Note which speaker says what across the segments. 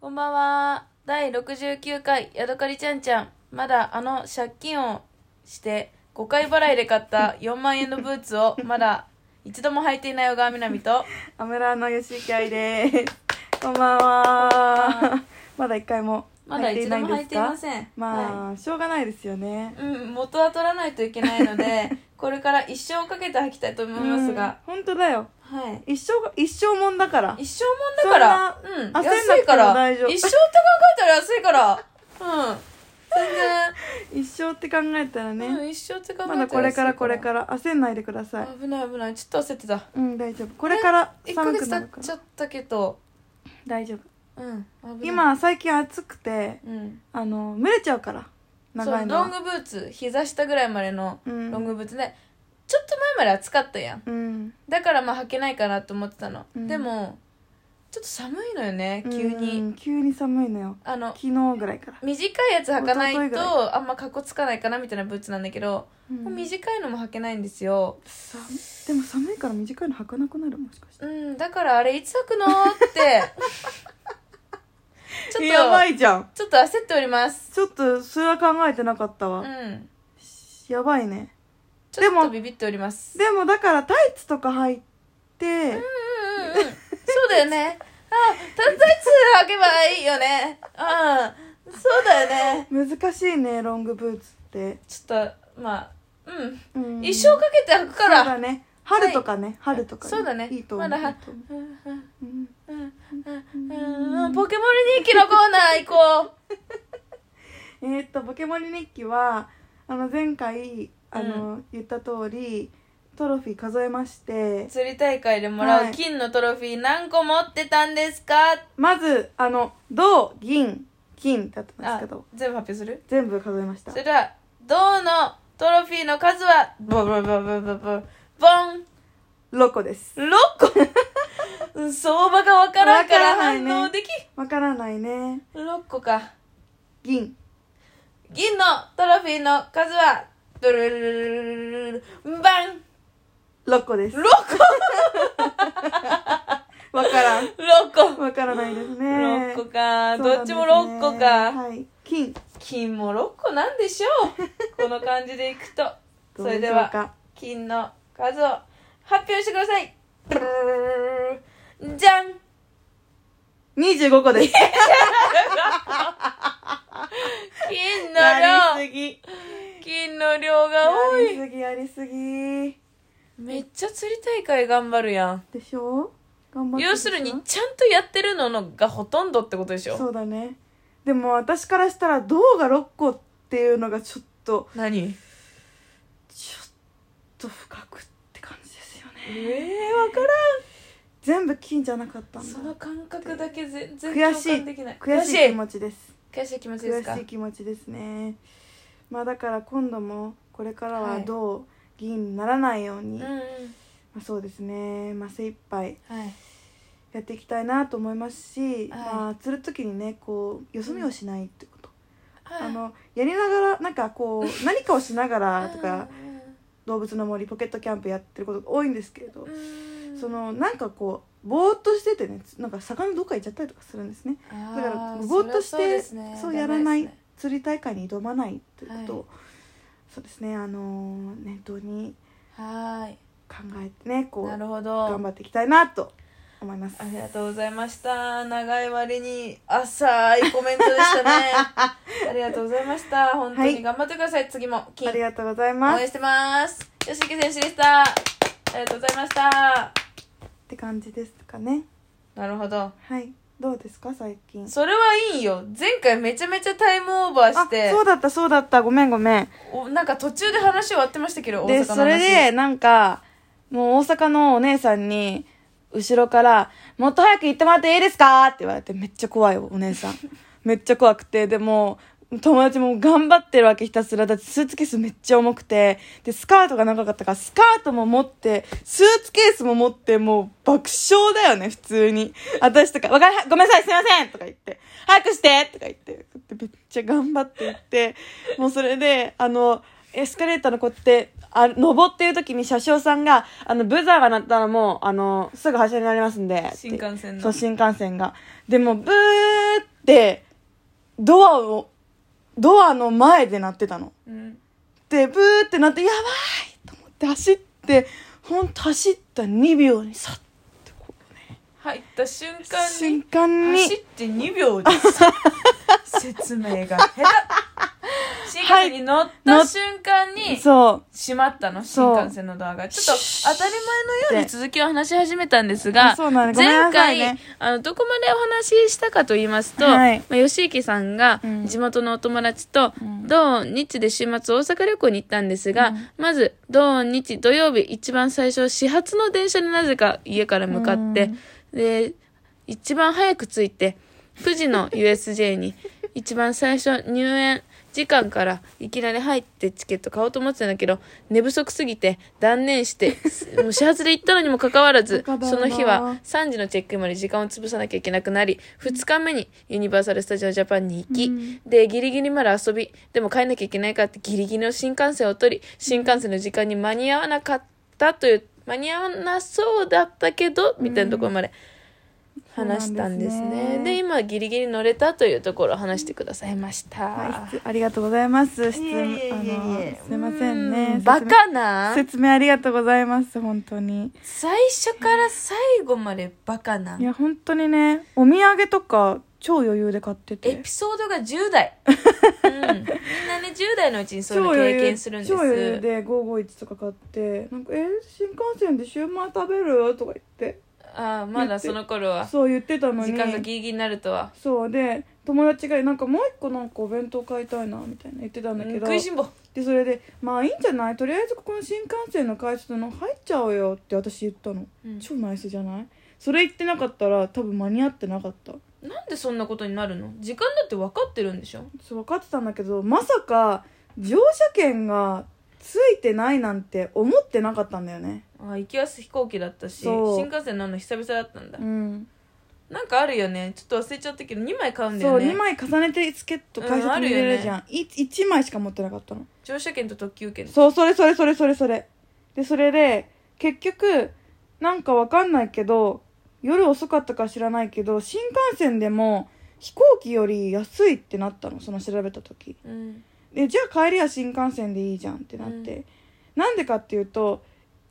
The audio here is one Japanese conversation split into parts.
Speaker 1: こんばんは。第69回、ヤドカリちゃんちゃん。まだあの借金をして、5回払いで買った4万円のブーツを、まだ一度も履いていない小川みなみと、
Speaker 2: アムラーの吉木愛です。こんばんは。まだ一回も
Speaker 1: まだ一度も履いていま
Speaker 2: ん。
Speaker 1: せん。
Speaker 2: まあ、
Speaker 1: は
Speaker 2: しょうがないですよね
Speaker 1: い。。うん、元は取らないといけないので、 これから一生かけて履きたいと思いますが、
Speaker 2: うん。本当だよ。
Speaker 1: はい。
Speaker 2: 一生が、一生もんだから。
Speaker 1: 一生もんだから、うん、
Speaker 2: そんな焦んな
Speaker 1: 安
Speaker 2: く
Speaker 1: い
Speaker 2: ても
Speaker 1: から。
Speaker 2: 大丈夫
Speaker 1: 一生って考えたら安いから。うん。全然。
Speaker 2: 一生って考えたら
Speaker 1: う
Speaker 2: ね。
Speaker 1: ん、一生って考えたら
Speaker 2: まだこれからこれ
Speaker 1: ら
Speaker 2: から焦んないでください。
Speaker 1: 危ない危ないちょっと焦ってた
Speaker 2: うん、大丈夫。これから
Speaker 1: 1ヶ
Speaker 2: 寒く
Speaker 1: 月
Speaker 2: な
Speaker 1: 経
Speaker 2: る
Speaker 1: っ
Speaker 2: か
Speaker 1: ちゃ
Speaker 2: ら。
Speaker 1: ったけど
Speaker 2: 大丈夫。
Speaker 1: うん危ない
Speaker 2: 今、最近暑くて、
Speaker 1: うん
Speaker 2: あの、蒸れちゃうから。長
Speaker 1: そ
Speaker 2: いうの
Speaker 1: ロン
Speaker 2: は。
Speaker 1: グブーツ膝下ぐらいまでの
Speaker 2: う
Speaker 1: ロ
Speaker 2: ん
Speaker 1: ングブーツで、ちょっと前まで暑かったやん
Speaker 2: うん。
Speaker 1: だからまあ履けないかなと思ってたの、
Speaker 2: うん
Speaker 1: でもちょっと寒いのよね急に、
Speaker 2: うん。急に寒いのよ。
Speaker 1: あの
Speaker 2: 昨日ぐらいから。
Speaker 1: 短いやつ履かない
Speaker 2: 一昨日ぐら
Speaker 1: とあんま格好つかないかなみたいなブーツなんだけど、
Speaker 2: うん
Speaker 1: もう短いのも履けないんですよ
Speaker 2: さでも寒いから短いの履かなくなるもしかして
Speaker 1: うんだからあれいつ履くのって ちょっと
Speaker 2: いじゃん
Speaker 1: ちょっと焦っております
Speaker 2: ちょっとそれは考えてなかったわ、
Speaker 1: うん
Speaker 2: やばいね
Speaker 1: ちょっ
Speaker 2: で
Speaker 1: と
Speaker 2: も
Speaker 1: ビビっております
Speaker 2: でもだからタイツとか履いて、
Speaker 1: うんうんうんそうだよねあ単体ツ履けばいいよねうんそうだよね
Speaker 2: 難しいねロングブーツって、
Speaker 1: ちょっとまあうん、
Speaker 2: うん
Speaker 1: 一生かけて履くか
Speaker 2: そう
Speaker 1: ら
Speaker 2: だね春とかね、春とか、
Speaker 1: そうだね
Speaker 2: いいと思う、
Speaker 1: まだはい
Speaker 2: いと思
Speaker 1: うんうん
Speaker 2: ううん
Speaker 1: うんうんうんポケモリ日記のコーナー行こ
Speaker 2: えー、っと「ポケモリ日記は」あの前回あの、言った通りトロフィー数えまし
Speaker 1: う
Speaker 2: て
Speaker 1: 釣り大会でもら
Speaker 2: は
Speaker 1: う
Speaker 2: い
Speaker 1: 金のトロフィー何個持ってたんですか、
Speaker 2: まずあの銅銀金だったんです
Speaker 1: あ
Speaker 2: けど
Speaker 1: 全部発表する
Speaker 2: 全部数えました
Speaker 1: それでは銅のトロフィーの数はボボボボボボボン
Speaker 2: 6個です
Speaker 1: 6個うん相場がわからんか
Speaker 2: わ
Speaker 1: ら
Speaker 2: からないね
Speaker 1: 反応でき
Speaker 2: わからないね
Speaker 1: 6個か
Speaker 2: 銀
Speaker 1: 銀のトロフィーの数はドゥルルルルルルルバン
Speaker 2: 6個です
Speaker 1: 6
Speaker 2: わからん
Speaker 1: 個 !6 個
Speaker 2: わからないですね
Speaker 1: !6 個か、
Speaker 2: そう
Speaker 1: どっ
Speaker 2: なん
Speaker 1: ち
Speaker 2: ですね
Speaker 1: も6個か、
Speaker 2: はい金
Speaker 1: 金も6個なんでしょうこの感じでいくと
Speaker 2: ど
Speaker 1: そう
Speaker 2: で
Speaker 1: れ
Speaker 2: し
Speaker 1: で
Speaker 2: ょう
Speaker 1: は
Speaker 2: か
Speaker 1: 金の数を発表してくださいドゥルルルルルルじゃん
Speaker 2: 25 個です
Speaker 1: 金
Speaker 2: や
Speaker 1: の
Speaker 2: り
Speaker 1: 量
Speaker 2: すぎ
Speaker 1: 金の量が多
Speaker 2: やり
Speaker 1: い
Speaker 2: すぎやりすぎ
Speaker 1: めっちゃ釣り大会頑張るやん
Speaker 2: でしょ頑張って
Speaker 1: 要するにちゃんとやってるののがほとんどってことでしょ
Speaker 2: そうだねでも私からしたら銅が6個っていうのがちょっと
Speaker 1: 何
Speaker 2: ちょっと深くって感じですよね
Speaker 1: ええわから
Speaker 2: 全部金じゃなかった
Speaker 1: ん
Speaker 2: ん
Speaker 1: そ
Speaker 2: だ
Speaker 1: の感覚だけ全然
Speaker 2: 悔
Speaker 1: 共
Speaker 2: し
Speaker 1: 感できない
Speaker 2: い悔しい気持ちです
Speaker 1: 悔しい気持ちです
Speaker 2: 悔
Speaker 1: か
Speaker 2: しい気持ちですねまあだから今度もこれから
Speaker 1: は
Speaker 2: はいどう銀にならないように、
Speaker 1: うん
Speaker 2: ま
Speaker 1: うん
Speaker 2: あ、そうですね、まあ、精一杯
Speaker 1: はい
Speaker 2: やっていきたいなと思いますし、
Speaker 1: はい
Speaker 2: まあ釣る時にねこうよそ見をしないってこと、
Speaker 1: はい
Speaker 2: あのやりながらなんかこう何かをしながらとか動物の森ポケットキャンプやってることが多いんですけれど
Speaker 1: うん、うん
Speaker 2: そのなんかこうぼーっとしててねなんか魚どっか行っちゃったりとかするんですね
Speaker 1: あー
Speaker 2: だからぼーっとして
Speaker 1: そりゃそうですね
Speaker 2: そうやらな
Speaker 1: ダ
Speaker 2: い
Speaker 1: メですね
Speaker 2: 釣り大会に挑まないということを、
Speaker 1: は
Speaker 2: そうですねあのー念頭に
Speaker 1: は
Speaker 2: 考えてね
Speaker 1: ーい
Speaker 2: こ
Speaker 1: なる
Speaker 2: う
Speaker 1: ほ
Speaker 2: 頑
Speaker 1: ど
Speaker 2: 張っていきたいなと思います
Speaker 1: ありがとうございました長い割に浅いコメントでした ねありがとうございました本当
Speaker 2: は
Speaker 1: に
Speaker 2: い
Speaker 1: 頑張ってください、次も金
Speaker 2: ありがとうございま
Speaker 1: 応
Speaker 2: す
Speaker 1: 援
Speaker 2: っ
Speaker 1: してます。よしき選手でした。ありがとうございました。
Speaker 2: て感じですかね
Speaker 1: なるほど。
Speaker 2: はいどうですか最近
Speaker 1: それはいいよ。前回めちゃめちゃタイムオーバー
Speaker 2: あ
Speaker 1: して
Speaker 2: そ、うだったそうだったごめんごめん
Speaker 1: おなんか途中で話終わってましたけど、大阪の
Speaker 2: で
Speaker 1: 話。
Speaker 2: それでなんかもう大阪のお姉さんに後ろから「もっと早く行ってもらっていいですか?」って言われてめっちゃ怖いお姉さん めっちゃ怖くてでも友達も頑張ってるわけひたすらだってスーツケースめっちゃ重くてでスカートが長かったからスカートも持ってスーツケースも持ってもう爆笑だよね普通に私とか「わかりごめんなさいすいません」とか言って「早くして!」とか言ってめっちゃ頑張って行ってもうそれであのエスカレーターのこうやってあ登ってる時に車掌さんがあのブザーが鳴ったらもうあのすぐ発車になりますんでって
Speaker 1: 新幹線の
Speaker 2: そう新幹線がでもブーっで、ドアを、ドアの前で鳴ってたの。
Speaker 1: うん
Speaker 2: で、ブーってなって、やばいと思って走って、ほんと走った2秒にさってこう、
Speaker 1: 入った瞬間に
Speaker 2: 瞬間に
Speaker 1: 走って2秒です 説明が下手新幹線に乗った瞬間に
Speaker 2: そう。
Speaker 1: 閉まったの新
Speaker 2: そう
Speaker 1: 幹線のドアがちょっと当たり前のように続きを話し始めたんですが
Speaker 2: あそうなんだごめん
Speaker 1: 前
Speaker 2: なさ
Speaker 1: 回、
Speaker 2: いね
Speaker 1: あのどこまでお話ししたかと言いますと、
Speaker 2: はい
Speaker 1: まあ、吉行さんが
Speaker 2: うん
Speaker 1: 地元のお友達と
Speaker 2: うん
Speaker 1: 同日で週末大阪旅行に行ったんですが、
Speaker 2: うん
Speaker 1: まず同日土曜日一番最初始発の電車でなぜか家から向かって、で一番早く着いて9時の USJ に一番最初入園時間からいきなり入ってチケット買おうと思ってたんだけど寝不足すぎて断念してもう始発で行ったのにもかかわらず
Speaker 2: バカだな
Speaker 1: その日は3時のチェックインまで時間を潰さなきゃいけなくなり2日目にユニバーサル・スタジオ・ジャパンに行き、
Speaker 2: うん
Speaker 1: でギリギリまで遊びでも帰んなきゃいけないからってギリギリの新幹線を取り新幹線の時間に間に合わなかったという間に合わなそうだったけどみたいなところまで話したんです
Speaker 2: そうなん
Speaker 1: ね
Speaker 2: で
Speaker 1: で
Speaker 2: すね
Speaker 1: 今ギリギリ乗れたというところを話してくださいました、
Speaker 2: はい質ありがとうございます。質
Speaker 1: いえいえいえいえ
Speaker 2: あのすいません
Speaker 1: う
Speaker 2: ね。
Speaker 1: バ
Speaker 2: 説明
Speaker 1: カな
Speaker 2: 説明ありがとうございます本当に。
Speaker 1: 最初から最後までバカない
Speaker 2: や本当にねお土産とか超余裕で買って
Speaker 1: エ
Speaker 2: て
Speaker 1: ピ。ソードが10代、うん、みんなね10代のうちにそういうの経験するんです
Speaker 2: 超余裕で551とか買ってなんかえ新幹線でシューマイ食べるとか言って
Speaker 1: ああまだその頃は
Speaker 2: そう言ってたの
Speaker 1: 時
Speaker 2: に
Speaker 1: 間がギリギリになるとは
Speaker 2: そうで友達がなんかもう一個なんかお弁当買いたいなみたいな言ってたんだ
Speaker 1: うん
Speaker 2: けど、
Speaker 1: 食いしん坊
Speaker 2: でそれでまあいいんじゃないとりあえずここの新幹線の会社の入っちゃおうよって私言ったの。
Speaker 1: うん
Speaker 2: 超ナイスじゃないそれ言ってなかったら多分間に合ってなかった
Speaker 1: なんでそんなことになるの時間だって分かってるんでしょ
Speaker 2: そう分かってたんだけどまさか乗車券がついてないなんて思ってなかったんだよね
Speaker 1: ああ行きやす飛行機だったし
Speaker 2: そう
Speaker 1: 新幹線なの久々だったんだ、
Speaker 2: ん
Speaker 1: なんかあるよねちょっと忘れちゃったけど2枚買うんだ
Speaker 2: そう
Speaker 1: よね
Speaker 2: 2枚重ねてチケット会社に入れるじゃん、い1枚しか持ってなかったの
Speaker 1: 乗車券と特急券
Speaker 2: そうそれそれそれそれそれでそれで結局なんかわかんないけど夜遅かったか知らないけど新幹線でも飛行機より安いってなったのその調べた時
Speaker 1: うん
Speaker 2: でじゃあ帰りは新幹線でいいじゃんってなって、なんでかっていうと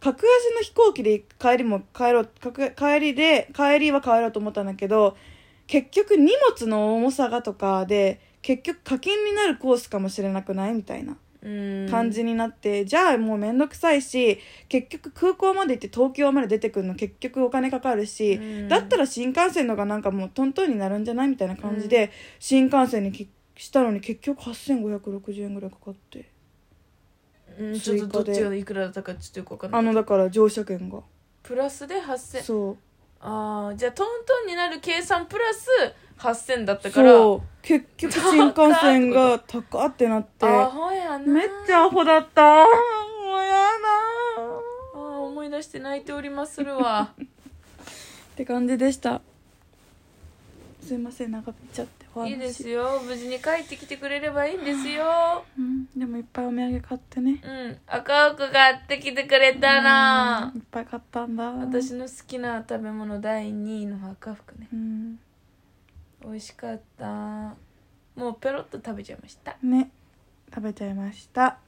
Speaker 2: 格安の飛行機で帰りも帰ろう格帰りで帰りは帰ろうと思ったんだけど結局荷物の重さがとかで結局課金になるコースかもしれなくないみたいな
Speaker 1: うん
Speaker 2: 感じになって、じゃあもう面倒くさいし結局空港まで行って東京まで出てくるの結局お金かかるし、
Speaker 1: うん
Speaker 2: だったら新幹線のがなんかもうトントンになるんじゃないみたいな感じで、新幹線にきしたのに結局8560円ぐらいかかって
Speaker 1: うんちょっとどっちがいくらだったかちょっとよく分かんな
Speaker 2: あ
Speaker 1: い
Speaker 2: のだから乗車券が
Speaker 1: プラスで8000
Speaker 2: そう
Speaker 1: ああじゃあトントンになる計算プラス8000だったから
Speaker 2: そう結局新幹線が高ってなって
Speaker 1: アホやな
Speaker 2: めっちゃアホだったもうやだ
Speaker 1: あー思い出して泣いておりまする わ
Speaker 2: って感じでしたすいません長引いちゃってお話
Speaker 1: いいですよ無事に帰ってきてくれればいいんですよ
Speaker 2: うん、でもいっぱいお土産買ってね
Speaker 1: うん赤奥買ってきてくれたな
Speaker 2: うんいっぱい買ったんだ
Speaker 1: 私の好きな食べ物第2位の赤福ね
Speaker 2: うん
Speaker 1: 美味しかったもうペロッと食べちゃいました
Speaker 2: ね食べちゃいました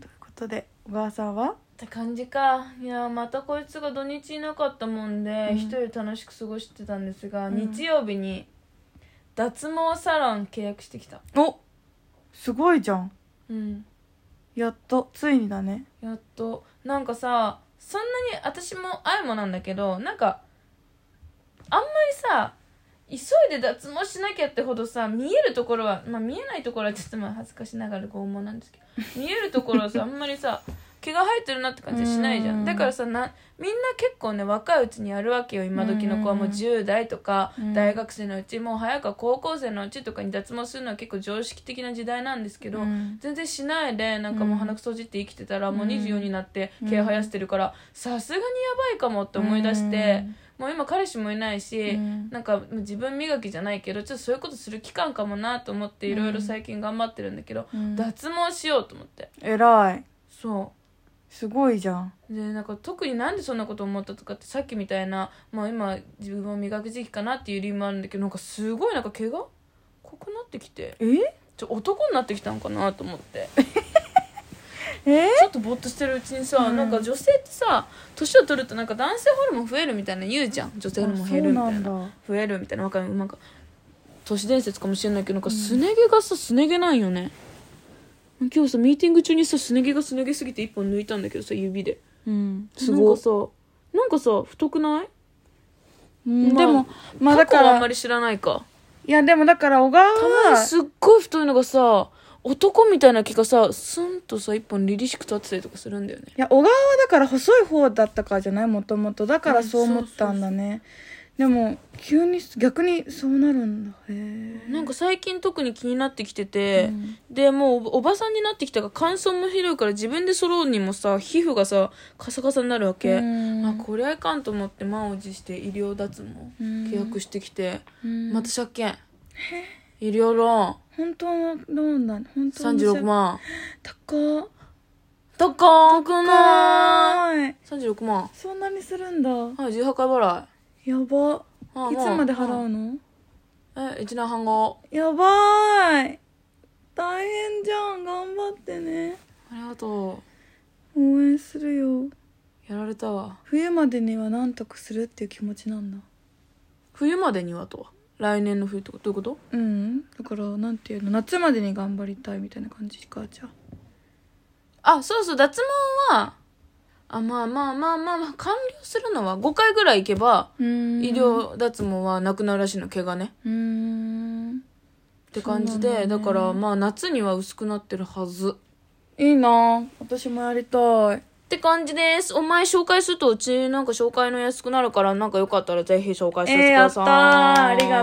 Speaker 2: ということで小川さんは
Speaker 1: って感じかいやーまたこいつが土日いなかったもんで
Speaker 2: うん
Speaker 1: 一、人楽しく過ごしてたんですが、
Speaker 2: うん
Speaker 1: 日曜日に脱毛サロン契約してきた
Speaker 2: おすごいじゃん
Speaker 1: うん
Speaker 2: やっとついにだね
Speaker 1: やっとなんかさそんなに私も愛もなんだけどなんかあんまりさ急いで脱毛しなきゃってほどさ見えるところは、まあ、見えないところはちょっとまあ恥ずかしながら拷問なんですけど見えるところは さあんまりさ毛が生えてるなって感じはしないじゃ
Speaker 2: うんん
Speaker 1: だからさなみんな結構ね若いうちにやるわけよ今時の子はもう
Speaker 2: うん
Speaker 1: 10代とか
Speaker 2: うん
Speaker 1: 大学生のうちもう早くは高校生のうちとかに脱毛するのは結構常識的な時代なんですけど、
Speaker 2: うん
Speaker 1: 全然しないでなんかもう鼻くそじって生きてたら、もう24になって
Speaker 2: うん
Speaker 1: 毛生やしてるからさすがにやばいかもって思い出して、もう今彼氏もいないし、
Speaker 2: うん
Speaker 1: なんかもう自分磨きじゃないけどちょっとそういうことする期間かもなと思っていろいろ最近頑張ってるんだけど、
Speaker 2: うん
Speaker 1: 脱毛しようと思って
Speaker 2: 偉い
Speaker 1: そ
Speaker 2: すごいじゃん。
Speaker 1: でなんか特になんでそんなこと思ったとかってさっきみたいな、まあ、今自分も磨く時期かなっていう理由もあるんだけどなんかすごいなんか毛が濃くなってきて
Speaker 2: え
Speaker 1: ちょ男になってきたんかなと思って
Speaker 2: え
Speaker 1: ちょっとぼーっとしてるうちにさ、
Speaker 2: うん
Speaker 1: なんか女性ってさ年を取るとなんか男性ホルモン増えるみたいな言うじゃん女性ホルモン減るみたいな
Speaker 2: そうなんだ
Speaker 1: 増えるみたいなわかるなんか都市伝説かもしれないけどなんかすね毛がさすね毛ないよね今日さミーティング中にさすね毛がすね毛すぎて一本抜いたんだけどさ指で
Speaker 2: うん。
Speaker 1: すごいさなんかさ太くない
Speaker 2: うん
Speaker 1: まあ
Speaker 2: でも、まあだ
Speaker 1: 過去
Speaker 2: か
Speaker 1: はあんま
Speaker 2: ら、
Speaker 1: り知らないか
Speaker 2: いやでもだから小川
Speaker 1: たまに
Speaker 2: は、
Speaker 1: すっごい太いのがさ男みたいな毛がさスンとさ一本凛々しく立ってたりとかするんだよね
Speaker 2: いや小川はだから細い方だったからじゃないもともとだからそう思ったんだねでも急に逆にそうなるんだへえ
Speaker 1: なんか最近特に気になってきてて、
Speaker 2: うん
Speaker 1: でもうおばさんになってきたから乾燥もひどいから自分で揃うにもさ皮膚がさカサカサになるわけ、
Speaker 2: うん
Speaker 1: あこれはいかんと思って満を持して医療脱毛
Speaker 2: うん
Speaker 1: 契約してきて、
Speaker 2: うん
Speaker 1: また借金医療ロ
Speaker 2: 本当のローンだね
Speaker 1: ー
Speaker 2: 本当
Speaker 1: ン
Speaker 2: の
Speaker 1: 36万
Speaker 2: 高
Speaker 1: 高くな
Speaker 2: ない
Speaker 1: い36万
Speaker 2: そんなにするんだ
Speaker 1: はい18回払い
Speaker 2: やば
Speaker 1: あ
Speaker 2: いつまで払
Speaker 1: う
Speaker 2: うの
Speaker 1: え1年半後
Speaker 2: やばい大変じゃん頑張ってね
Speaker 1: ありがと
Speaker 2: 応援するよ
Speaker 1: うやられたわ
Speaker 2: 冬までには何とかするっていう気持ちなんだ
Speaker 1: 冬までにはとは来年の冬ってことどういうこと
Speaker 2: うんだからなんていうの夏までに頑張りたいみたいな感じかじゃあ
Speaker 1: あそうそう脱毛はあまあまあまあまあ、まあ、完了するのは5回ぐらい行けば
Speaker 2: うーん
Speaker 1: 医療脱毛はなくなるらしいの毛がね
Speaker 2: うーん
Speaker 1: って感じで
Speaker 2: そうなんだ
Speaker 1: だ
Speaker 2: ね
Speaker 1: からまあ夏には薄くなってるはず
Speaker 2: いいな私もやりたい
Speaker 1: って感じですお前紹介するとうちなんか紹介の安くなるからなんかよかったらぜひ紹介させてください、
Speaker 2: えーやったーありが